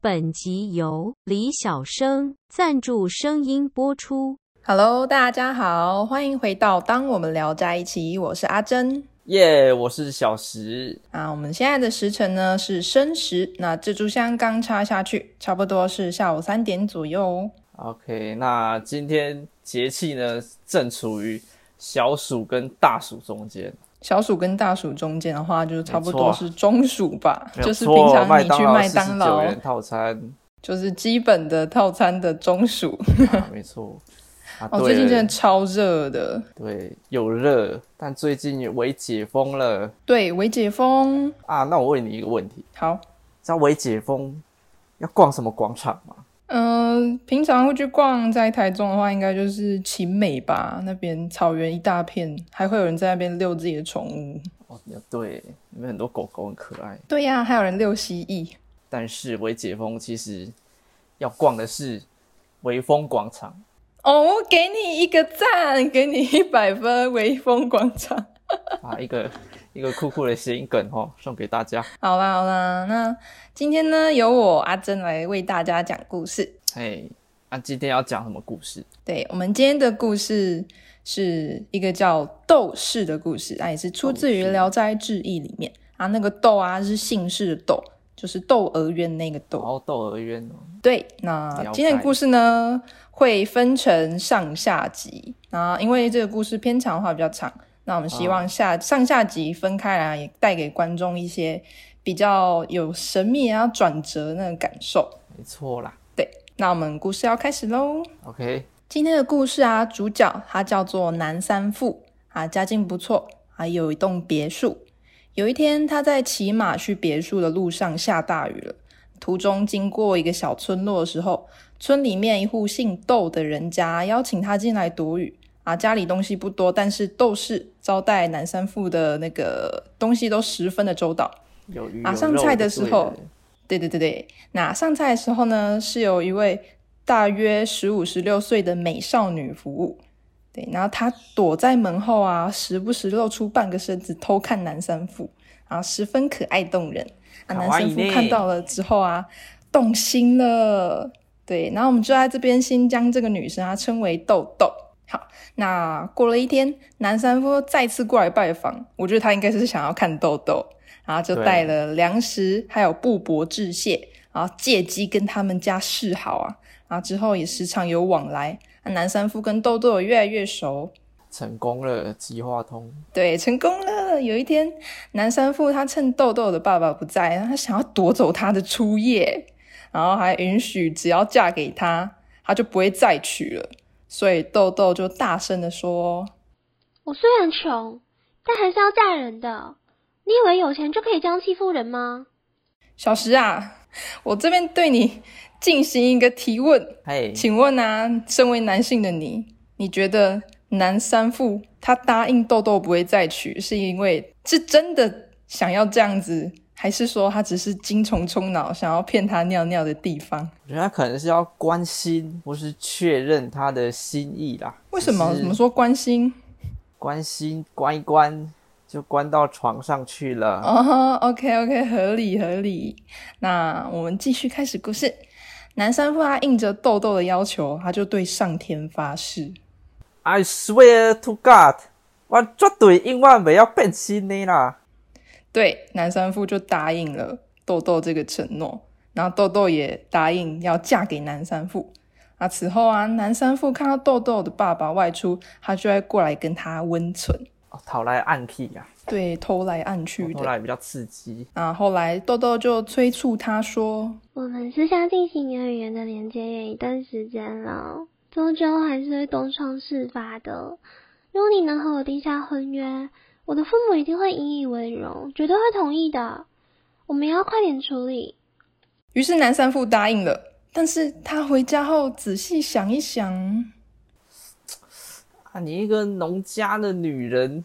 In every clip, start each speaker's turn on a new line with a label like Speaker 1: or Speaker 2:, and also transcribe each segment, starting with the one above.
Speaker 1: 本集由李小生赞助声音播出。
Speaker 2: Hello，大家好，欢迎回到《当我们聊在一起》，我是阿珍。
Speaker 3: 耶我是小石。
Speaker 2: 啊，我们现在的时辰呢是申时，那这炷香刚插下去，差不多是下午三点左右哦。
Speaker 3: OK，那今天节气呢正处于小暑跟大暑中间，
Speaker 2: 小暑跟大暑中间的话，就是差不多
Speaker 3: 没错
Speaker 2: 是中暑吧，
Speaker 3: 没有
Speaker 2: 就是
Speaker 3: 错
Speaker 2: 平常
Speaker 3: 麦
Speaker 2: 你去麦当
Speaker 3: 49
Speaker 2: 劳，
Speaker 3: 元套餐，
Speaker 2: 就是基本的套餐的中暑。
Speaker 3: 啊、没错。啊，
Speaker 2: 哦，最
Speaker 3: 对
Speaker 2: 近
Speaker 3: 了
Speaker 2: 真的超热的，
Speaker 3: 对又热，但最近微解封了
Speaker 2: 对，微解封。
Speaker 3: 啊。那我问你一个问题，
Speaker 2: 好，
Speaker 3: 知道微解封要逛什么广场吗？
Speaker 2: 嗯、平常会去逛在台中的话，应该就是晴美吧，那边草原一大片，还会有人在那边遛自己的宠物。
Speaker 3: 哦，对，里面很多狗狗很可爱，
Speaker 2: 对呀、还有人遛蜥蜴。
Speaker 3: 但是微解封其实要逛的是微风广场。
Speaker 2: 哦，我给你一个赞，给你一百分，微风广场。
Speaker 3: 啊，一个一个酷酷的谐音梗哦，送给大家。
Speaker 2: 好啦好啦，那今天呢，由我阿珍来为大家讲故事。
Speaker 3: 嘿，那、今天要讲什么故事？
Speaker 2: 对我们今天的故事是一个叫窦氏的故事，啊，也是出自于
Speaker 3: 窦
Speaker 2: 《
Speaker 3: 氏
Speaker 2: 聊斋志异》里面啊。那个窦啊是姓氏的窦，就是窦娥冤那个窦。
Speaker 3: 哦，窦娥冤哦，
Speaker 2: 对，那
Speaker 3: 了
Speaker 2: 今天的
Speaker 3: 解
Speaker 2: 故事呢会分成上下集，那因为这个故事偏长的话比较长，那我们希望下、上下集分开来，也带给观众一些比较有神秘啊转折那个感受。
Speaker 3: 没错啦。
Speaker 2: 对，那我们故事要开始喽。
Speaker 3: OK，
Speaker 2: 今天的故事啊，主角他叫做南三富啊，家境不错啊，有一栋别墅。有一天，他在骑马去别墅的路上下大雨了，途中经过一个小村落的时候，村里面一户姓窦的人家邀请他进来躲雨啊，家里东西不多，但是窦氏招待南三富的那个东西都十分的周到。
Speaker 3: 有鱼有
Speaker 2: 啊
Speaker 3: 肉
Speaker 2: 上菜的时候
Speaker 3: 就
Speaker 2: 对
Speaker 3: 对了
Speaker 2: 对对对，那上菜的时候呢，是有一位大约十五十六岁的美少女服务。对，然后她躲在门后啊，时不时露出半个身子偷看南山富，啊，十分可爱动人。啊，
Speaker 3: 卡
Speaker 2: 南
Speaker 3: 哇伊
Speaker 2: 山富
Speaker 3: 呢
Speaker 2: 看到了之后啊，动心了。对，然后我们就在这边先将这个女生啊称为豆豆。好，那过了一天，南山夫再次过来拜访，我觉得他应该是想要看豆豆，然后就
Speaker 3: 对
Speaker 2: 带了粮食还有布帛致谢，然后借机跟他们家示好啊，然后之后也时常有往来。那南山夫跟豆豆也越来越熟，
Speaker 3: 成功了，计划通。
Speaker 2: 对，成功了。有一天，南山富他趁豆豆的爸爸不在，他想要夺走他的初夜，然后还允许只要嫁给他，他就不会再娶了。所以豆豆就大声的说
Speaker 4: 我虽然穷，但还是要嫁人的。你以为有钱就可以这样欺负人吗？：“
Speaker 2: 小石啊，我这边对你进行一个提问，
Speaker 3: 嘿，
Speaker 2: 请问啊，身为男性的你，你觉得南山富他答应豆豆不会再娶，是因为是真的想要这样子，还是说他只是精虫充脑，想要骗他尿尿的地方？
Speaker 3: 我觉得他可能是要关心或是确认他的心意啦。
Speaker 2: 为什么？
Speaker 3: 只是
Speaker 2: 怎么说关心？
Speaker 3: 关心关一关就关到床上去了？
Speaker 2: 哦、o k OK，合理合理。那我们继续开始故事。南山富他啊应着豆豆的要求，他就对上天发誓。
Speaker 3: I swear to God，我绝对永远不要变心的啦。
Speaker 2: 对，南山富就答应了豆豆这个承诺，然后豆豆也答应要嫁给南山富。啊，此后啊，南山富看到豆豆的爸爸外出，他就会过来跟他温存，
Speaker 3: 哦，讨来暗器啊，
Speaker 2: 对，偷来暗去
Speaker 3: 后
Speaker 2: 的。
Speaker 3: 来比较刺激。
Speaker 2: 啊，后来豆豆就催促他说
Speaker 4: 我们私下进行言语言的连接也一段时间了，终究还是会东窗事发的。如果你能和我定下婚约，我的父母一定会引以为荣，绝对会同意的。我们要快点处理，：“
Speaker 2: 于是南山富答应了。”但是他回家后仔细想一想，
Speaker 3: 啊，你一个农家的女人，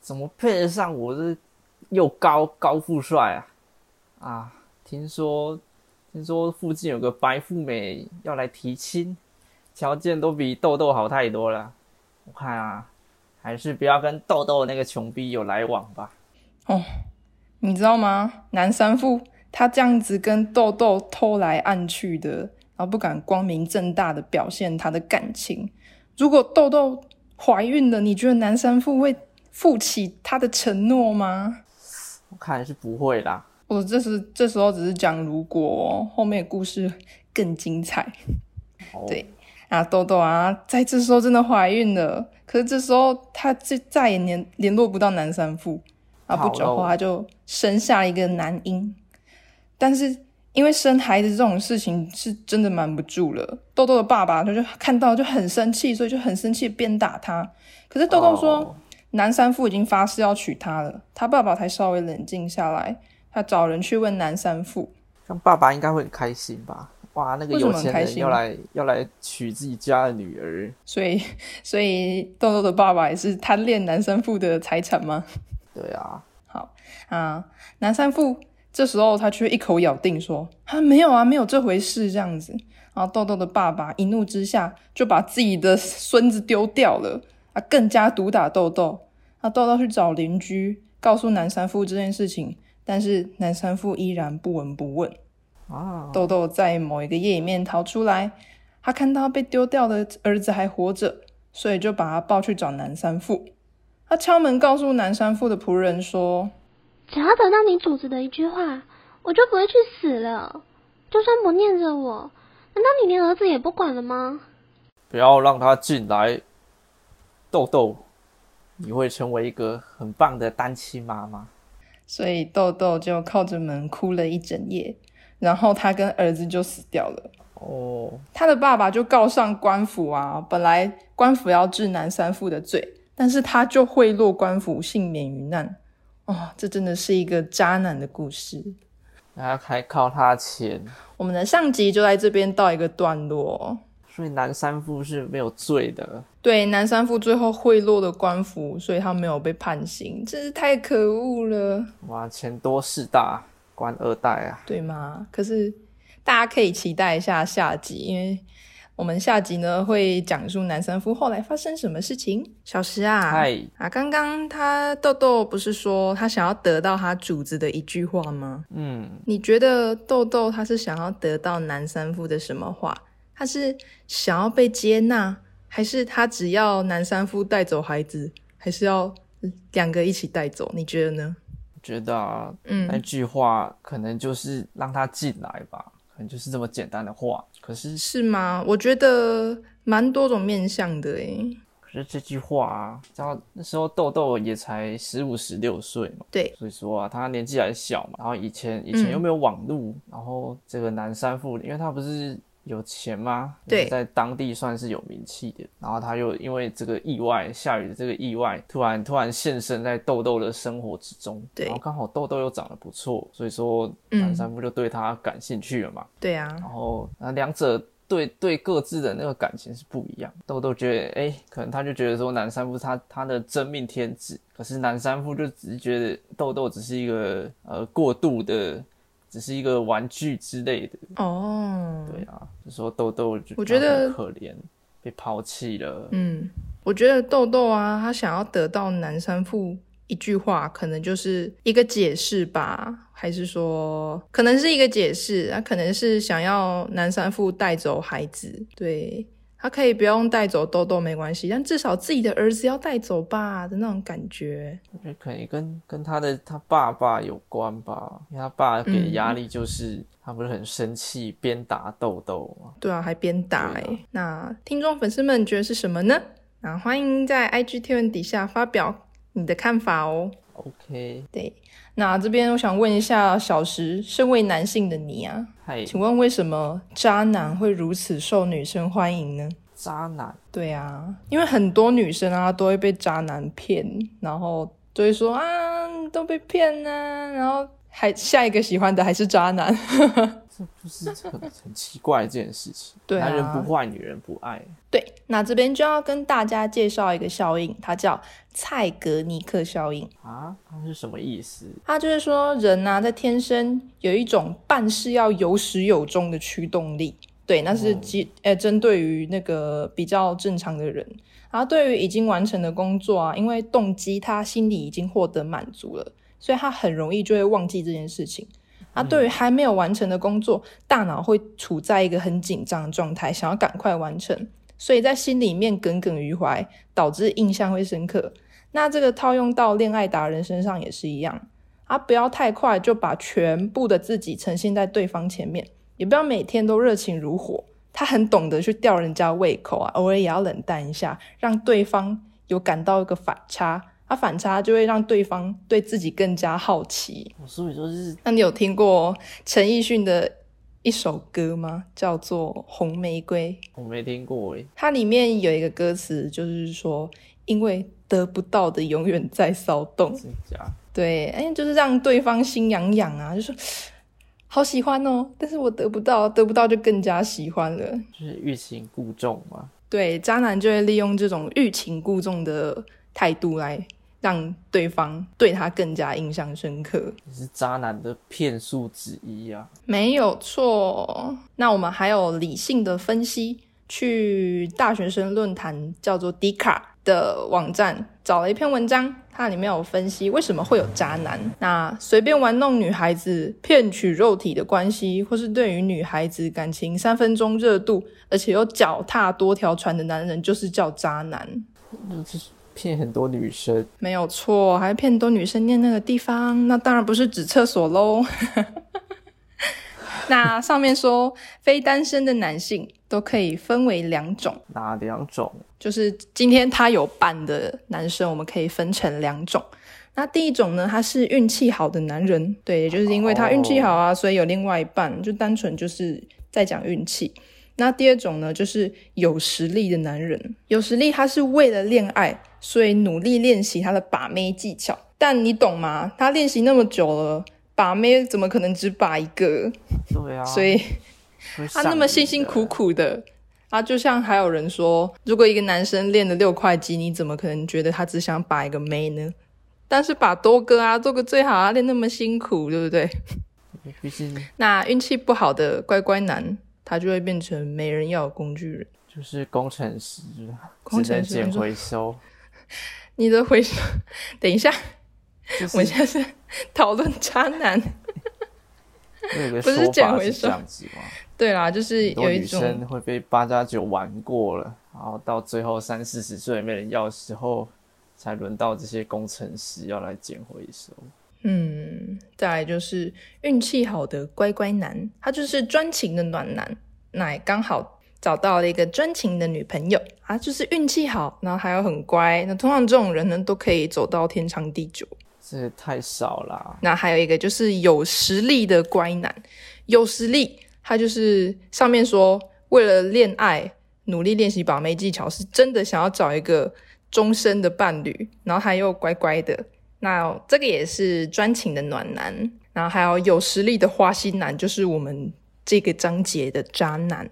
Speaker 3: 怎么配得上我这又高高富帅啊？啊，听说听说附近有个白富美要来提亲，条件都比豆豆好太多了。我看啊，还是不要跟豆豆那个穷逼有来往吧。
Speaker 2: 你知道吗？南山富他这样子跟豆豆偷来暗去的，然后不敢光明正大的表现他的感情。如果豆豆怀孕了，你觉得南山富会负起他的承诺吗？
Speaker 3: 我看来是不会啦。
Speaker 2: 我这是这时候只是讲如果哦，后面的故事更精彩。
Speaker 3: 哦
Speaker 2: 对啊，豆豆啊，在这时候真的怀孕了，可是这时候她这再也联联络不到南山富啊，
Speaker 3: 好
Speaker 2: 不久后
Speaker 3: 咯
Speaker 2: 她就生下一个男婴，但是因为生孩子这种事情是真的瞒不住了，豆豆的爸爸他就看到就很生气，所以就很生气地鞭打他。可是豆豆说，
Speaker 3: 哦
Speaker 2: 南山富已经发誓要娶她了，他爸爸才稍微冷静下来，他找人去问南山富，
Speaker 3: 像爸爸应该会很开心吧？哇，那个
Speaker 2: 为什么
Speaker 3: 有
Speaker 2: 很
Speaker 3: 钱
Speaker 2: 开
Speaker 3: 人
Speaker 2: 心
Speaker 3: 要来要来娶自己家的女儿，
Speaker 2: 所以所以豆豆的爸爸也是贪恋南山富的财产吗？
Speaker 3: 对啊，
Speaker 2: 好啊，南山富这时候他却一口咬定说：“啊，没有啊，没有这回事。”这样子，然后豆豆的爸爸一怒之下就把自己的孙子丢掉了啊，更加毒打豆豆。啊，豆豆去找邻居告诉南山富这件事情，但是南山富依然不闻不问。
Speaker 3: 啊，
Speaker 2: 豆豆在某一个夜里面逃出来，他看到被丢掉的儿子还活着，所以就把他抱去找南山富。他敲门告诉南山富的仆人说：“
Speaker 4: 只要得到你主子的一句话，我就不会去死了。就算不念着我，难道你连儿子也不管了吗？
Speaker 3: 不要让他进来，豆豆，你会成为一个很棒的单亲妈妈。
Speaker 2: 所以豆豆就靠着门哭了一整夜，然后他跟儿子就死掉了。
Speaker 3: 哦，
Speaker 2: 他的爸爸就告上官府啊，本来官府要治南三富的罪，但是他就贿赂官府，幸免于难。哦，这真的是一个渣男的故事。
Speaker 3: 那还靠他钱，
Speaker 2: 我们的上集就在这边到一个段落哦。
Speaker 3: 所以南山富是没有罪的。
Speaker 2: 对，南三富最后贿赂了官府，所以他没有被判刑，真是太可恶了，
Speaker 3: 哇，钱多事大，官二代啊！
Speaker 2: 对吗？可是大家可以期待一下下集，因为我们下集呢会讲述南三夫后来发生什么事情。小石啊，
Speaker 3: 嗨，
Speaker 2: 啊，刚刚他豆豆不是说他想要得到他主子的一句话吗？
Speaker 3: 嗯，
Speaker 2: 你觉得豆豆他是想要得到南三夫的什么话？他是想要被接纳，还是他只要南三夫带走孩子，还是要嗯两个一起带走？你觉得呢？
Speaker 3: 觉得啊那
Speaker 2: 嗯，
Speaker 3: 句话可能就是让他进来吧，可能就是这么简单的话。可是，
Speaker 2: 是吗？我觉得蛮多种面向的欸诶。
Speaker 3: 可是这句话啊，到那时候豆豆也才十五十六岁嘛，
Speaker 2: 对，
Speaker 3: 所以说啊，他年纪还小嘛，然后以前以
Speaker 2: 嗯
Speaker 3: 前又没有网络，然后这个南山富，因为他不是有钱吗？
Speaker 2: 对
Speaker 3: 就是在当地算是有名气的。然后他又因为这个意外，下雨的这个意外，突然突然现身在豆豆的生活之中。
Speaker 2: 对
Speaker 3: 然后刚好豆豆又长得不错，所以说
Speaker 2: 嗯
Speaker 3: 南山富就对他感兴趣了嘛。
Speaker 2: 对啊，
Speaker 3: 然后啊，两者对对各自的那个感情是不一样。豆豆觉得，哎，可能他就觉得说南山夫是他他的真命天子，可是南山夫就只是觉得豆豆只是一个呃过度的，只是一个玩具之类的。
Speaker 2: 哦，
Speaker 3: 对啊，就说豆豆就
Speaker 2: 嗯我觉得
Speaker 3: 很可怜，被抛弃了。
Speaker 2: 嗯，我觉得豆豆啊，他想要得到南山富一句话，可能就是一个解释吧，还是说，可能是一个解释，他可能是想要南山富带走孩子，对他可以不用带走豆豆没关系，但至少自己的儿子要带走吧的那种感觉。
Speaker 3: 我觉得可能
Speaker 2: 嗯
Speaker 3: 跟跟他的他爸爸有关吧，因为他爸给的压力就是、他不是很生气，鞭打豆豆嘛。
Speaker 2: 对啊，还鞭打哎、
Speaker 3: 对
Speaker 2: 那听众粉丝们觉得是什么呢？那欢迎在 IG 贴文底下发表你的看法哦。
Speaker 3: OK，
Speaker 2: 对，那这边我想问一下小石，身为男性的你啊，
Speaker 3: 嗨，
Speaker 2: 请问为什么渣男会如此受女生欢迎呢？
Speaker 3: 渣男。
Speaker 2: 对啊，因为很多女生啊都会被渣男骗，然后就会说啊你都被骗呢、啊然后还下一个喜欢的还是渣男。
Speaker 3: 这不是很很奇怪的这件事情。
Speaker 2: 对啊
Speaker 3: 男人不坏，女人不爱。
Speaker 2: 对，那这边就要跟大家介绍一个效应，它叫蔡格尼克效应。
Speaker 3: 啊，那是什么意思？
Speaker 2: 他就是说，人啊呐、在天生有一种办事要有始有终的驱动力。对，那是
Speaker 3: 哦
Speaker 2: 基呃针对于那个比较正常的人，然后对于已经完成的工作啊，因为动机他心里已经获得满足了，所以他很容易就会忘记这件事情。啊，对于还没有完成的工作，大脑会处在一个很紧张的状态，想要赶快完成，所以在心里面耿耿于怀，导致印象会深刻。那这个套用到恋爱达人身上也是一样啊，不要太快就把全部的自己呈现在对方前面，也不要每天都热情如火。他很懂得去吊人家胃口啊，偶尔也要冷淡一下，让对方有感到一个反差，啊，反差就会让对方对自己更加好奇。
Speaker 3: 我所以说是
Speaker 2: 那你有听过陈奕迅的一首歌吗？叫做《红玫瑰》。
Speaker 3: 我没听过欸诶，
Speaker 2: 它里面有一个歌词，就是说，因为得不到的永远在骚动。
Speaker 3: 真假？
Speaker 2: 对，哎，就是让对方心痒痒啊，就说好喜欢哦，但是我得不到，得不到就更加喜欢了。
Speaker 3: 就是欲擒故纵嘛。
Speaker 2: 对，渣男就会利用这种欲擒故纵的态度来让对方对他更加印象深刻。
Speaker 3: 你是渣男的骗术之一啊！
Speaker 2: 没有错。那我们还有理性的分析，去大学生论坛叫做迪卡的网站找了一篇文章，它里面有分析为什么会有渣男。那随便玩弄女孩子、骗取肉体的关系，或是对于女孩子感情三分钟热度，而且又脚踏多条船的男人，就是叫渣男。
Speaker 3: 就是骗很多女生，
Speaker 2: 没有错，还骗多女生念那个地方，那当然不是指厕所喽。 那上面说，非单身的男性都可以分为两种，
Speaker 3: 哪两种？
Speaker 2: 就是今天他有伴的男生，我们可以分成两种。那第一种呢，他是运气好的男人，对，也就是因为他运气好啊，所以有另外一半，就单纯就是在讲运气。那第二种呢，就是有实力的男人，有实力他是为了恋爱，所以努力练习他的把妹技巧。但你懂吗？他练习那么久了，把妹怎么可能只把一个？
Speaker 3: 对啊，
Speaker 2: 所以
Speaker 3: 会
Speaker 2: 他
Speaker 3: 上
Speaker 2: 那么
Speaker 3: 瘾
Speaker 2: 辛辛
Speaker 3: 的
Speaker 2: 苦，苦的，啊，就像还有人说，如果一个男生练了六块肌，你怎么可能觉得他只想把一个妹呢？但是把多个啊，多个最好啊，练那么辛苦，对不对？
Speaker 3: 毕竟
Speaker 2: 那运气不好的乖乖男，他就会变成没人要的工具人。
Speaker 3: 就是工程师，
Speaker 2: 工
Speaker 3: 只能
Speaker 2: 程师
Speaker 3: 捡
Speaker 2: 你说
Speaker 3: 回收。
Speaker 2: 你的回收， 等一下，
Speaker 3: 就是
Speaker 2: 我们现在是讨论渣男。
Speaker 3: 有一个
Speaker 2: 不是
Speaker 3: 说
Speaker 2: 捡
Speaker 3: 法
Speaker 2: 回
Speaker 3: 是
Speaker 2: 收
Speaker 3: 这样子吗？
Speaker 2: 对啦，就是
Speaker 3: 很多
Speaker 2: 有
Speaker 3: 女
Speaker 2: 一种
Speaker 3: 生会被八加九玩过了，然后到最后三四十岁没人要的时候，才轮到这些工程师要来捡回收。
Speaker 2: 嗯，再来就是运气好的乖乖男，他就是专情的暖男，那也刚好找到了一个专情的女朋友啊，就是运气好，然后还有很乖。那通常这种人呢，都可以走到天长地久。
Speaker 3: 这也太少啦！
Speaker 2: 那还有一个就是有实力的乖男，有实力，他就是上面说为了恋爱努力练习把妹技巧，是真的想要找一个终身的伴侣，然后他又乖乖的，那这个也是专情的暖男，然后还有有实力的花心男，就是我们这个章节的渣男。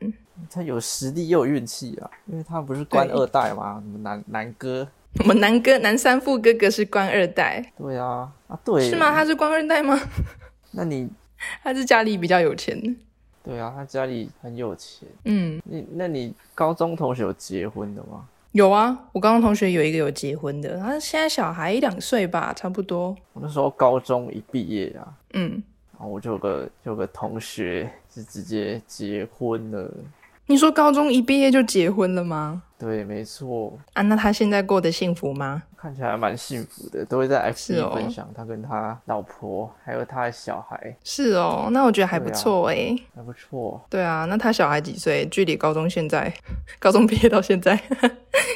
Speaker 3: 他有实力又有运气啊，因为他不是官
Speaker 2: 对
Speaker 3: 二代嘛，什么男男哥，
Speaker 2: 我们南哥南三富哥哥是官二代，
Speaker 3: 对啊，啊对，
Speaker 2: 是吗？他是官二代吗？
Speaker 3: 那你
Speaker 2: 他是家里比较有钱。
Speaker 3: 对啊，他家里很有钱。
Speaker 2: 嗯，
Speaker 3: 你那你高中同学有结婚的吗？
Speaker 2: 有啊，我高中同学有一个有结婚的，他现在小孩一两岁吧，差不多。
Speaker 3: 我那时候高中一毕业啊，
Speaker 2: 嗯，
Speaker 3: 然后我就有个就有个同学是直接结婚了。
Speaker 2: 你说高中一毕业就结婚了吗？
Speaker 3: 对，没错，
Speaker 2: 啊，那他现在过得幸福吗？
Speaker 3: 看起来蛮幸福的，都会在
Speaker 2: 是
Speaker 3: FB
Speaker 2: 哦
Speaker 3: 分享他跟他老婆还有他的小孩，
Speaker 2: 是哦，那我觉得还不错
Speaker 3: 啊
Speaker 2: 诶、
Speaker 3: 还不错。
Speaker 2: 对啊，那他小孩几岁？距离高中现在， 高中毕业到现在，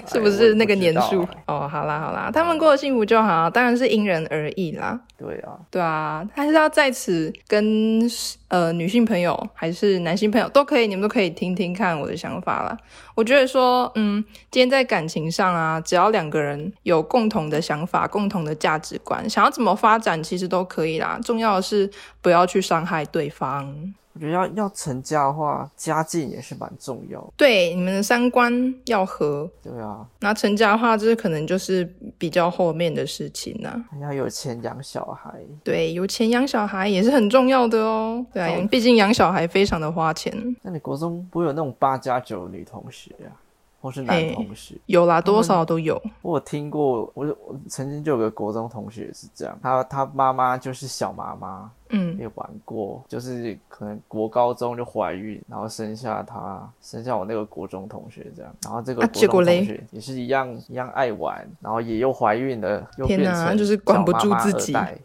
Speaker 2: 是不
Speaker 3: 哎我也
Speaker 2: 是那个
Speaker 3: 知
Speaker 2: 年
Speaker 3: 道
Speaker 2: 数？
Speaker 3: 哎
Speaker 2: 哦，好啦好啦，他们过得幸福就好，当然是因人而异啦。
Speaker 3: 对啊，
Speaker 2: 对啊，还是要在此跟呃女性朋友还是男性朋友都可以，你们都可以听听看我的想法啦。我觉得说，嗯，今天在感情上啊，只要两个人有共同的想法、共同的价值观，想要怎么发展其实都可以啦。重要的是不要去伤害对方。
Speaker 3: 我觉得要要成家的话，家境也是蛮重要的。
Speaker 2: 对，你们的三观要合。
Speaker 3: 对啊，
Speaker 2: 那成家的话，这可能就是比较后面的事情啦、
Speaker 3: 还要有钱养小孩。
Speaker 2: 对，有钱养小孩也是很重要的哦。对啊
Speaker 3: 哦，
Speaker 2: 毕竟养小孩非常的花钱。
Speaker 3: 那你国中不会有那种八加九女同学啊？或是男同学。
Speaker 2: 有啦，多少都有。
Speaker 3: 我有听过，我有我曾经就有个国中同学是这样，他他妈妈就是小妈妈，
Speaker 2: 嗯，
Speaker 3: 也玩过，就是可能国高中就怀孕，然后生下他，生下我那个国中同学这样，然后这个
Speaker 2: 啊
Speaker 3: 国
Speaker 2: 结果
Speaker 3: 中
Speaker 2: 嘞
Speaker 3: 同学也是一样一样爱玩，然后也又怀孕了，又
Speaker 2: 天
Speaker 3: 变
Speaker 2: 哪
Speaker 3: 成
Speaker 2: 就是管不
Speaker 3: 小妈
Speaker 2: 住
Speaker 3: 妈
Speaker 2: 自
Speaker 3: 二
Speaker 2: 己
Speaker 3: 代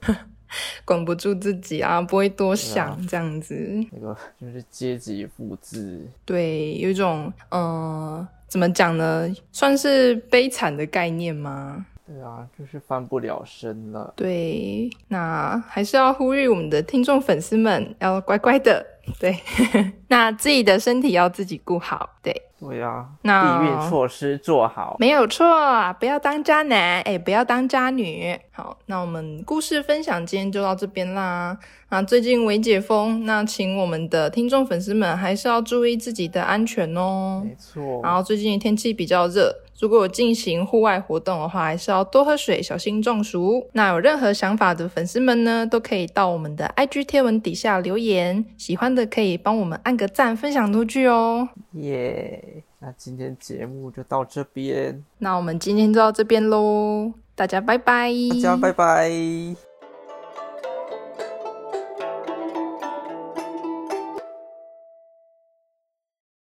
Speaker 2: 管不住自己啊，不会多想
Speaker 3: 对
Speaker 2: 这样子。
Speaker 3: 那个就是阶级复制，
Speaker 2: 对，有一种呃，怎么讲呢？算是悲惨的概念吗？
Speaker 3: 对啊，就是翻不了身了。
Speaker 2: 对，那还是要呼吁我们的听众粉丝们要乖乖的，对， 那自己的身体要自己顾好，对，
Speaker 3: 对啊，
Speaker 2: 那
Speaker 3: 避孕措施做好。
Speaker 2: 没有错，不要当渣男，哎，不要当渣女。好，那我们故事分享今天就到这边啦。啊，最近微解封，那请我们的听众粉丝们还是要注意自己的安全哦。
Speaker 3: 没错，
Speaker 2: 然后最近天气比较热，如果有进行户外活动的话，还是要多喝水，小心中暑。那有任何想法的粉丝们呢，都可以到我们的 IG 贴文底下留言，喜欢的可以帮我们按个赞，分享出去哦。
Speaker 3: 耶那今天节目就到这边，
Speaker 2: 那我们今天就到这边喽，大家拜拜，
Speaker 3: 大家拜拜。